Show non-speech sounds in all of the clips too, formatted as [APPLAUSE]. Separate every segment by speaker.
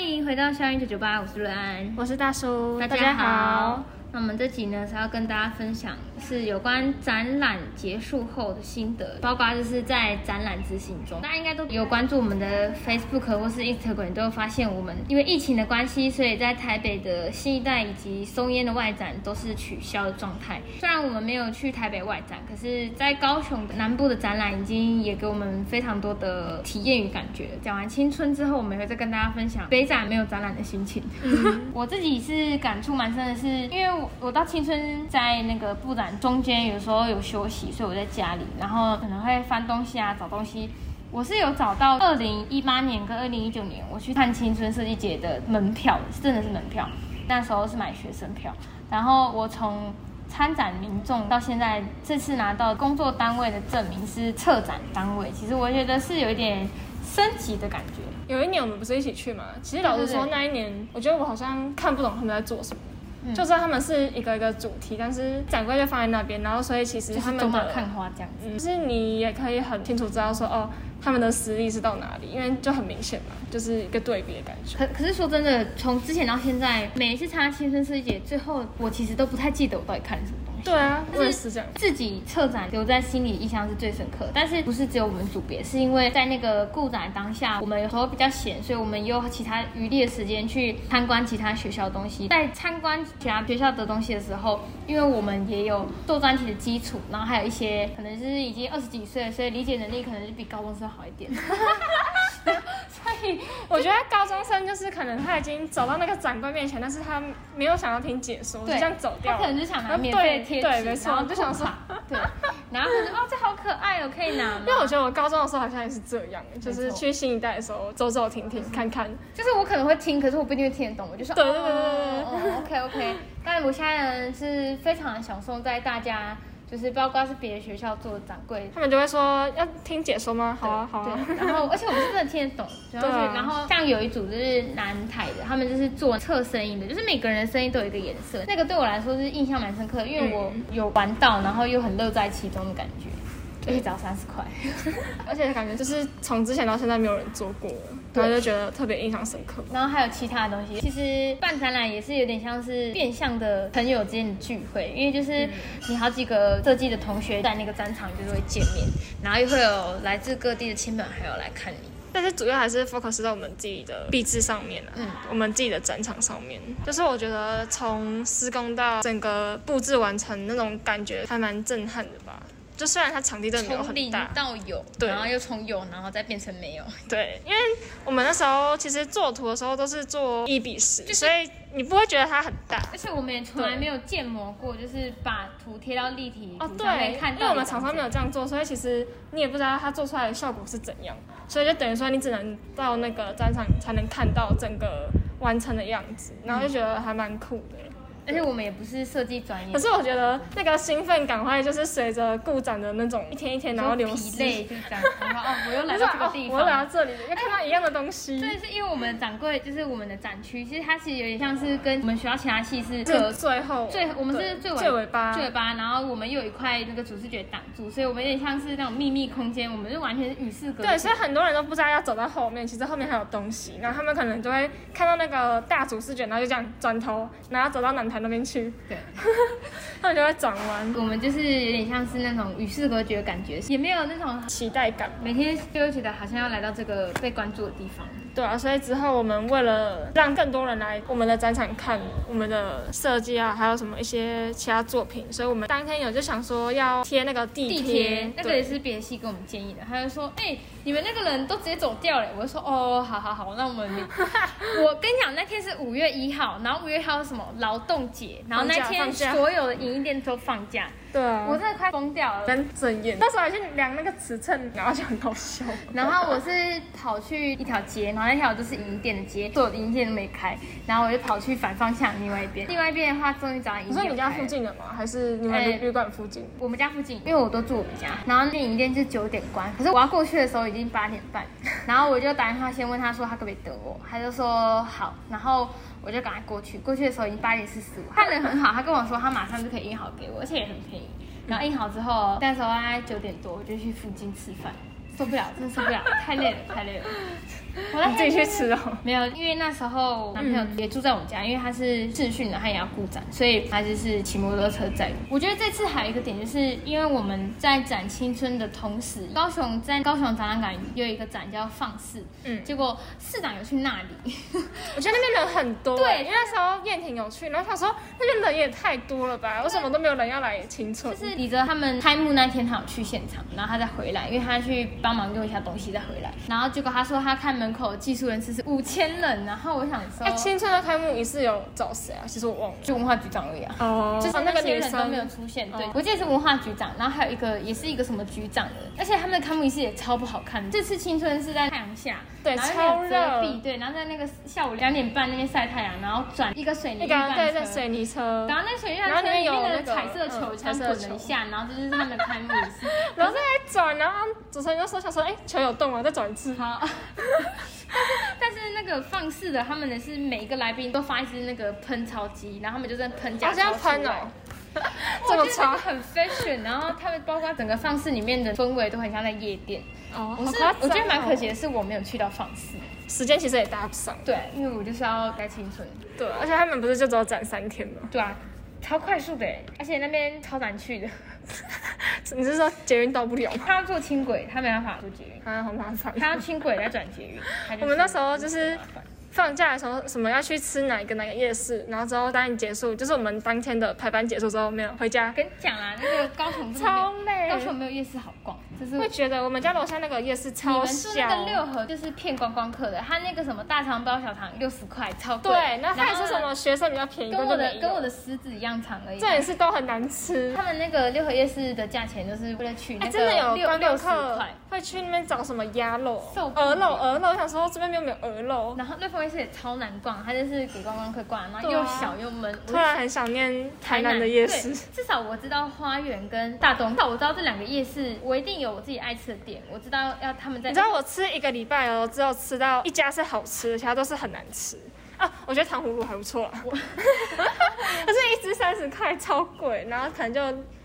Speaker 1: 迎回到校园九九八，我是伦安。
Speaker 2: 我是大叔，
Speaker 1: 大家好。那我们这集呢是要跟大家分享是有关展览结束后的心得，包括就是在展览执行中，大家应该都有关注我们的 Facebook 或是 Instagram，都有发现我们因为疫情的关系，所以在台北的新一代以及松烟的外展都是取消的状态。虽然我们没有去台北外展，可是在高雄南部的展览已经也给我们非常多的体验与感觉。讲完青春之后，我们也会再跟大家分享北展没有展览的心情。我自己是感触蛮深的是，因为我我到青春在那个布展中间，有时候有休息，所以我在家里，然后可能会翻东西啊，找东西。我是有找到二零一八年跟二零一九年我去看青春设计节的门票，真的是门票，那时候是买学生票。然后我从参展民众到现在这次拿到工作单位的证明是策展单位，其实我觉得是有一点升级的感觉。
Speaker 2: 有一年我们不是一起去嘛？其实老实说，
Speaker 1: 对对对
Speaker 2: 那一年我觉得我好像看不懂他们在做什么，
Speaker 1: 嗯
Speaker 2: 就知道他们是一个一个主题，但是展柜就放在那边，然后所以其实
Speaker 1: 就
Speaker 2: 他
Speaker 1: 是
Speaker 2: 们
Speaker 1: 走马
Speaker 2: 的
Speaker 1: 看花这样子。
Speaker 2: 嗯，就是你也可以很清楚知道说哦，他们的实力是到哪里，因为就很明显嘛，就是一个对比的感觉。
Speaker 1: 可可是说真的，从之前到现在，呃每一次参加青春设计节，最后我其实都不太记得我到底看了什么东西。
Speaker 2: 对啊，
Speaker 1: 但
Speaker 2: 我也是这样。
Speaker 1: 自己策展留在心里印象是最深刻，但是不是只有我们组别，是因为在那个顾展当下，我们有时候比较闲，所以我们也有其他余力的时间去参观其他学校的东西。在参观其他学校的东西的时候，因为我们也有做专题的基础，然后还有一些可能就是已经二十几岁了，所以理解能力可能是比高中生好一点。所以
Speaker 2: 我觉得高中生就是可能他已经走到那个展柜面前，但是他没有想要听解说，就
Speaker 1: 对，
Speaker 2: 这样走掉
Speaker 1: 他可
Speaker 2: 了
Speaker 1: 能。就想拿
Speaker 2: 然后
Speaker 1: 免费的贴
Speaker 2: 对
Speaker 1: 纸，
Speaker 2: 对没错
Speaker 1: 然后
Speaker 2: 就想说
Speaker 1: 酷卡，对，然后就哦，这好可爱哦，可以
Speaker 2: [LAUGHS]
Speaker 1: 拿吗
Speaker 2: 因？为我觉得我高中的时候好像也是这样，就
Speaker 1: 没
Speaker 2: 是
Speaker 1: 错
Speaker 2: 去新一代的时候走走停停看看，
Speaker 1: 就是我可能会听，可是我不一定会听得懂，我就说
Speaker 2: 对对对对对
Speaker 1: 哦，OK OK。但 [LAUGHS] 我现在呢是非常地享受在大家，就是包括是别的学校做的展柜。
Speaker 2: 他们就会说要听解说吗？好啊好啊。
Speaker 1: 对，然后而且我们是真的听得懂，然后
Speaker 2: 对啊
Speaker 1: 然后像有一组就是南台的，他们就是做测声音的，就是每个人的声音都有一个颜色，那个对我来说是印象蛮深刻的，因为
Speaker 2: 嗯
Speaker 1: 我有玩到，然后又很乐在其中的感觉，而且只要三十块。
Speaker 2: [LAUGHS] 而且感觉就是从之前到现在没有人做过了，
Speaker 1: 对
Speaker 2: 然后就觉得特别印象深刻。
Speaker 1: 然后还有其他的东西。其实办展览也是有点像是变相的朋友之间的聚会，因为
Speaker 2: 嗯
Speaker 1: 就是你好几个设计的同学在那个展场就是会见面，然后又会有来自各地的亲朋好友来看你。
Speaker 2: 但是主要还是 focus 在我们自己的壁纸上面啊，
Speaker 1: 嗯
Speaker 2: 我们自己的展场上面。就是我觉得从施工到整个布置完成那种感觉，还蛮震撼的吧。就虽然它场地真的没有
Speaker 1: 从
Speaker 2: 很
Speaker 1: 零
Speaker 2: 大，
Speaker 1: 到有，
Speaker 2: 对
Speaker 1: 然后又从有，然后再变成没有，
Speaker 2: 对，因为我们那时候其实做图的时候都是做一比十、
Speaker 1: 是
Speaker 2: 所以你不会觉得它很大。
Speaker 1: 而且我们也从来没有建模过，就是把图贴到立体
Speaker 2: 哦，
Speaker 1: 图上
Speaker 2: 对
Speaker 1: 面，看到。
Speaker 2: 因为我们厂商没有这样做，所以其实你也不知道它做出来的效果是怎样，所以就等于说你只能到那个展场才能看到整个完成的样子，然后就觉得还蛮酷的。
Speaker 1: 而且我们也不是设计专业
Speaker 2: 可，是我觉得那个兴奋感会就是随着顾展的那种一天一 [LAUGHS] 天，然后流
Speaker 1: 就疲
Speaker 2: 失，
Speaker 1: 累就这样。然后哦，我又来
Speaker 2: 就是
Speaker 1: 到这
Speaker 2: 哦
Speaker 1: 个地，
Speaker 2: 我
Speaker 1: 方，哎
Speaker 2: 又来到这里，又看到一样的东西，
Speaker 1: 对，是因为我们的展柜就是我们的展区，其实它其实有点像是跟我们学校其他系是
Speaker 2: 是
Speaker 1: 隔
Speaker 2: 最后
Speaker 1: 最，我们是
Speaker 2: 对
Speaker 1: 最尾
Speaker 2: 最尾巴，
Speaker 1: 最尾巴，然后我们又有一块那个主视觉挡住，所以我们有点像是那种秘密空间，我们就完全是与世隔绝。
Speaker 2: 对，所以很多人都不知道要走到后面，其实后面还有东西，然后他们可能就会看到那个大主视觉，然后就这样转头，然后走到南台那边去， [LAUGHS]
Speaker 1: 对，
Speaker 2: 他们就会转弯，
Speaker 1: 我们就是有点像是那种与世隔绝的感觉，也没有那种
Speaker 2: 期待感。
Speaker 1: 每天就会觉得好像要来到这个被关注的地方。
Speaker 2: 对啊，所以之后我们为了让更多人来我们的展场看我们的设计啊，还有什么一些其他作品，所以我们当天有就想说要贴那个地
Speaker 1: 地铁那个也
Speaker 2: 对。
Speaker 1: 是别的系给我们建议的，他就说：“哎、你们那个人都直接走掉了。”我就说：“哦，好好好，那我
Speaker 2: [LAUGHS]
Speaker 1: 们我跟你讲，那天是五月一号，然后五月一号是什么劳动节，然后那天
Speaker 2: 放假
Speaker 1: 所有的营业店都放假，
Speaker 2: 对啊，
Speaker 1: 我真的快疯掉了。
Speaker 2: 很整眼，到时候还去量那个尺寸，然后就很好笑。
Speaker 1: [LAUGHS] 然后我是跑去一条街，然后那条就是营业店的街，所有的营业店都没开，然后我就跑去反方向另外一边，另外一边的话终于找到营
Speaker 2: 你
Speaker 1: 业
Speaker 2: 说
Speaker 1: 店。
Speaker 2: 你家附？近的吗？还是你们
Speaker 1: 哎
Speaker 2: 旅旅馆附近？
Speaker 1: 我们家附近，因为我都住我们家，然后那营店是九点关，可是我要过去的时候已经八点半，然后我就打电话先问他说他可不可以等我，他就说好，然后我就赶快过去，过去的时候已经八点四十五，他人很好，他跟我说他马上就可以印好给我，而且也很便宜，然后印好之后，那时候大概九点多我就去附近吃饭，受不了，真的受不了，太累了，太累了。我在
Speaker 2: 你自己去吃哦。
Speaker 1: 没有，因为那时候男朋
Speaker 2: 嗯
Speaker 1: 友也住在我们家，因为他是试训的，他也要顾展，所以他就是骑摩托车载我。我觉得这次还有一个点，就是因为我们在展青春的同时，高雄在高雄展览馆有一个展叫放肆，
Speaker 2: 嗯
Speaker 1: 结果市长有去那里， [LAUGHS]
Speaker 2: 我觉得那边人很多，欸
Speaker 1: 对
Speaker 2: 因为那时候燕婷有去，然后她说那边人也太多了吧，为什么都没有人要来青春？
Speaker 1: 就是李哲他们开幕那天，他有去现场，然后他再回来，因为他去帮忙用一下东西再回来。然后结果他说他看门口的技术人次是五千人，然后我想说，
Speaker 2: 哎、青春的开幕仪式有找谁啊？其实我忘了。
Speaker 1: 就文化局长而已啊。
Speaker 2: 哦
Speaker 1: 就是
Speaker 2: 那
Speaker 1: 那
Speaker 2: 个
Speaker 1: 个
Speaker 2: 女
Speaker 1: 女生都没有
Speaker 2: 生，
Speaker 1: 出现，对
Speaker 2: 哦
Speaker 1: 我记得是文化局长，然后还有一个也是一个什么局长的，而且他们的开幕仪式也超不好看。这次青春是在太阳下，
Speaker 2: 对
Speaker 1: 然后有点
Speaker 2: 超
Speaker 1: 遮
Speaker 2: 热
Speaker 1: 蔽，对，然后在那个下午两点半那边晒太阳，然后转一个水泥
Speaker 2: 那
Speaker 1: 地
Speaker 2: 个
Speaker 1: 板
Speaker 2: 对
Speaker 1: 车
Speaker 2: 在水泥车，
Speaker 1: 然后那个水泥
Speaker 2: 然后
Speaker 1: 板
Speaker 2: 里
Speaker 1: 车
Speaker 2: 面有
Speaker 1: 那
Speaker 2: 那
Speaker 1: 个
Speaker 2: 个
Speaker 1: 彩色球
Speaker 2: 嗯
Speaker 1: 这样
Speaker 2: 彩色
Speaker 1: 滚了
Speaker 2: 球
Speaker 1: 一下，然后这就是他们的开幕仪式。
Speaker 2: [LAUGHS] 然后再转，然后主持人就说想说，哎、球有动了，再转
Speaker 1: [LAUGHS]
Speaker 2: 一次。
Speaker 1: 好，但是那个放肆的，他们的是每一个来宾都发一支那个喷潮机，然后他们就在喷假
Speaker 2: 好
Speaker 1: 钞出来。
Speaker 2: 像喷
Speaker 1: [LAUGHS]
Speaker 2: 哦，
Speaker 1: 我觉
Speaker 2: 这么
Speaker 1: 得这
Speaker 2: 长
Speaker 1: 个很 fashion，然后他们包括整个放肆里面的氛围都很像在夜店。
Speaker 2: 哦
Speaker 1: 我是我觉得蛮可惜，的是我没有去到放肆，
Speaker 2: 时间其实也搭不上。
Speaker 1: 对，因为我就是要待青春，
Speaker 2: 对，啊而且他们不是就只有展三天吗？ [LAUGHS]
Speaker 1: 对啊，超快速的欸，而且那边超难去的， [LAUGHS]
Speaker 2: 你是说捷运到不了吗？
Speaker 1: 他要坐轻轨，他没办法坐捷运，
Speaker 2: 啊，好麻烦。
Speaker 1: 他要轻轨再转捷运。他就是
Speaker 2: 我们那时候就是
Speaker 1: 很麻烦
Speaker 2: 放假的时候，什么要去吃哪个哪个夜市，然后之后当你结束，就是我们当天的排班结束之后，没有回家，
Speaker 1: 跟你讲啦，那个高雄真的没有
Speaker 2: [LAUGHS] 超累
Speaker 1: 高雄没有夜市好逛，就是
Speaker 2: 会觉得我们家楼下那个夜市
Speaker 1: 你
Speaker 2: 超
Speaker 1: 们住那个
Speaker 2: 小。
Speaker 1: 六合就是骗观光客的，他那个什么大肠包小肠六十块，超贵。
Speaker 2: 对，那他也
Speaker 1: 然后
Speaker 2: 说什么学生比较便宜，
Speaker 1: 跟
Speaker 2: 根
Speaker 1: 我
Speaker 2: 本
Speaker 1: 的
Speaker 2: 没
Speaker 1: 跟我
Speaker 2: 有
Speaker 1: 的食指一样长而已。
Speaker 2: 这也是都很难吃。
Speaker 1: 他们那个六合夜市的价钱就是为了去那
Speaker 2: 哎，
Speaker 1: 个
Speaker 2: 真的有
Speaker 1: 六
Speaker 2: 观
Speaker 1: 六
Speaker 2: 光
Speaker 1: 十
Speaker 2: 客
Speaker 1: 块，
Speaker 2: 会去那边找什么鸭肉
Speaker 1: 受、不了
Speaker 2: 鹅肉、鹅肉，我想说这边有没有鹅肉？
Speaker 1: 然后瑞丰夜市也超难逛，它就是给观光客逛，然后
Speaker 2: 对
Speaker 1: 又
Speaker 2: 啊
Speaker 1: 小又闷。
Speaker 2: 突然很想念台南的夜市
Speaker 1: 哎对，至少我知道花园跟大东，至少我知道这两个夜市，我一定有我自己爱吃的店，我知道要他们在。
Speaker 2: 你知道我吃一个礼拜哦，只有吃到一家是好吃的，其他都是很难吃啊。我觉得糖葫芦还不错啦，可是一只三十块超贵，然后可能就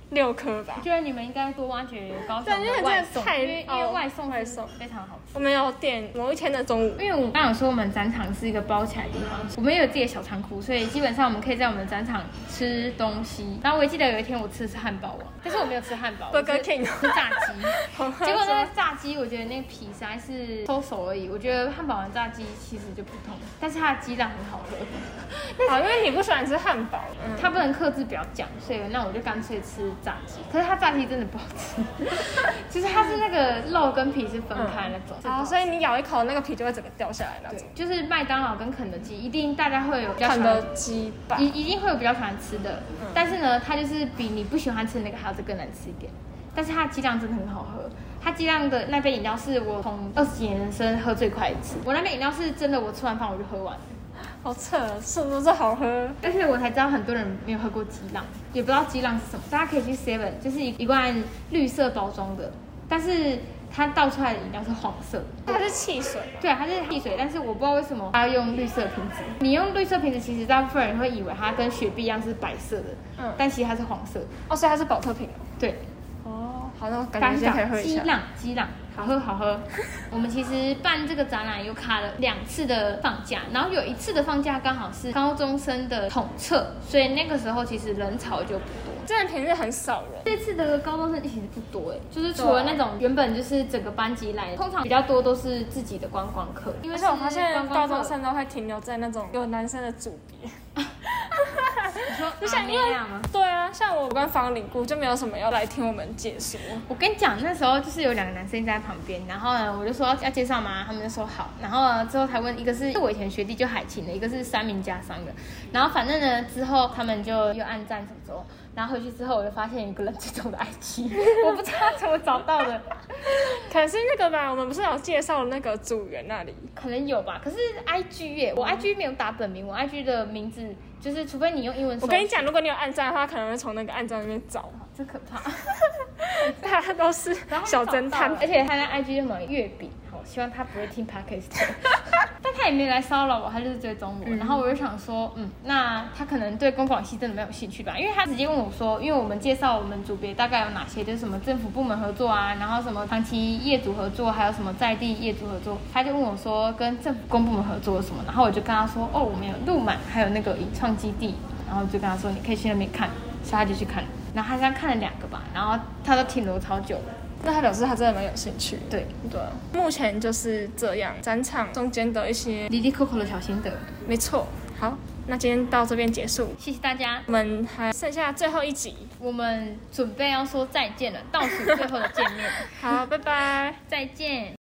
Speaker 2: 六颗吧
Speaker 1: 我。觉得你们应该多挖掘高雄
Speaker 2: 对因
Speaker 1: 的
Speaker 2: 为真的
Speaker 1: 外送，
Speaker 2: 太
Speaker 1: 因为因为
Speaker 2: 哦
Speaker 1: 外送
Speaker 2: 外
Speaker 1: 是
Speaker 2: 送
Speaker 1: 非常好吃。
Speaker 2: 我们有点某一天的中午，
Speaker 1: 因为我刚刚有说我们展场是一个包起来的地方，我们也有自己的小仓库，所以基本上我们可以在我们的展场吃东西。然后我也记得有一天我吃的是汉堡王，但是我没有吃汉堡
Speaker 2: Burger
Speaker 1: 我吃
Speaker 2: King
Speaker 1: 吃炸鸡。
Speaker 2: 结
Speaker 1: 结果那个炸鸡，我觉得那个皮实在是收手而已。我觉得汉堡王炸鸡其实就普通，但是它的鸡蛋很好喝，
Speaker 2: 好，因为你不喜欢吃汉堡，嗯，
Speaker 1: 它不能克制不要酱，所以那我就干脆吃炸鸡。可是它炸鸡真的不好吃， [LAUGHS] 就是它是那个肉跟皮是分开那种。
Speaker 2: 啊，所以你咬一口那个皮就会整个掉下来那
Speaker 1: 嗯对
Speaker 2: 种。，
Speaker 1: 就是麦当劳跟肯德基，一定大家会有比较喜欢
Speaker 2: 看的鸡吧
Speaker 1: 一，一定会有比较喜欢吃的，但是呢，它就是比你不喜欢吃的那个还要再更难吃一点。但是它的鸡量真的很好喝，它鸡量的那杯饮料是我从二十几年人生喝最快一次。我那杯饮料是真的，我吃完饭我就喝完了，
Speaker 2: 好扯，哦是不是好喝？
Speaker 1: 而且我才知道很多人没有喝过鸡浪，也不知道鸡浪是什么。大家可以去 Seven，就是一一罐绿色包装的，但是它倒出来的饮料是黄色的。
Speaker 2: 它是汽水嘛，
Speaker 1: 对，它是汽水，但是我不知道为什么它要用绿色瓶子。你用绿色瓶子，其实大部分人会以为它跟雪碧一样是白色的，
Speaker 2: 嗯
Speaker 1: 但其实它是黄色的。
Speaker 2: 哦，所以它是保特瓶
Speaker 1: 对，
Speaker 2: 哦。哦，好，那我感
Speaker 1: 刚
Speaker 2: 觉今天可以喝一
Speaker 1: 激
Speaker 2: 下。
Speaker 1: 浪激浪，好喝好
Speaker 2: [LAUGHS]
Speaker 1: 喝。我们其实办这个展览有卡了两次的放假，然后有一次的放假刚好是高中生的统测，所以那个时候其实人潮就不多。
Speaker 2: 真的平日很少人。
Speaker 1: 这次的高中生其实不多哎，就是除了那种原本就是整个班级来，通常比较多都是自己的观光客，因为
Speaker 2: 啊而
Speaker 1: 是
Speaker 2: 且我发现
Speaker 1: 观
Speaker 2: 高
Speaker 1: 光
Speaker 2: 中
Speaker 1: 客
Speaker 2: 生都会停留在那种有男生的组别，
Speaker 1: 你说
Speaker 2: 就像因为
Speaker 1: 吗？
Speaker 2: 对啊，像我跟方领姑就没有什么要来听我们解说，
Speaker 1: 我跟你讲，那时候就是有两个男生在旁边，然后呢，我就说要介绍吗？他们就说好，然后呢之后才问，一个是是我以前学弟就海清的，一个是三名家商的，然后反正呢之后他们就又暗赞什么之后，然后回去之后我就发现有个人追踪我的 [LAUGHS] IG，我不知道他怎么找到的，
Speaker 2: 可能是那个吧，我们不是有介绍那个组员那里，
Speaker 1: 可能有吧，可是 IG 耶、我 IG 没有打本名，我 IG 的名字就是除非你用英文搜
Speaker 2: 我跟你讲，如果你有暗赞的话，可能会从那个暗赞那边找， [LAUGHS]
Speaker 1: 真可怕。
Speaker 2: 大家都是
Speaker 1: 然后
Speaker 2: 小侦探
Speaker 1: 而，且他的 IG 什么月饼，好，希望他不会听 podcast，但他 [LAUGHS] 他也没来骚扰我，他就是追踪我。
Speaker 2: 嗯
Speaker 1: 然后我就想说，嗯，那他可能对公广系真的没有兴趣吧？因为他直接问我说，因为我们介绍我们组别大概有哪些，就是什么政府部门合作啊，然后什么长期业主合作，还有什么在地业主合作。他就问我说，跟政府公部门合作有什么？然后我就跟他说，哦，我们有鹿满，还有那个影创基地。然后就跟他说，你可以去那边看。所以他就去看，然后他刚看了两个吧，然后他都停留超久了。
Speaker 2: 那他表示他真的蛮有兴趣的。
Speaker 1: 对，
Speaker 2: 对，目前就是这样，展场中间的一些，
Speaker 1: 离离扣扣的小心得，
Speaker 2: 没错。好，那今天到这边结束，
Speaker 1: 谢谢大家。
Speaker 2: 我们还剩下最后一集。
Speaker 1: 我们准备要说再见了，倒数最后的见面，
Speaker 2: [LAUGHS] 好，拜拜。
Speaker 1: 再见。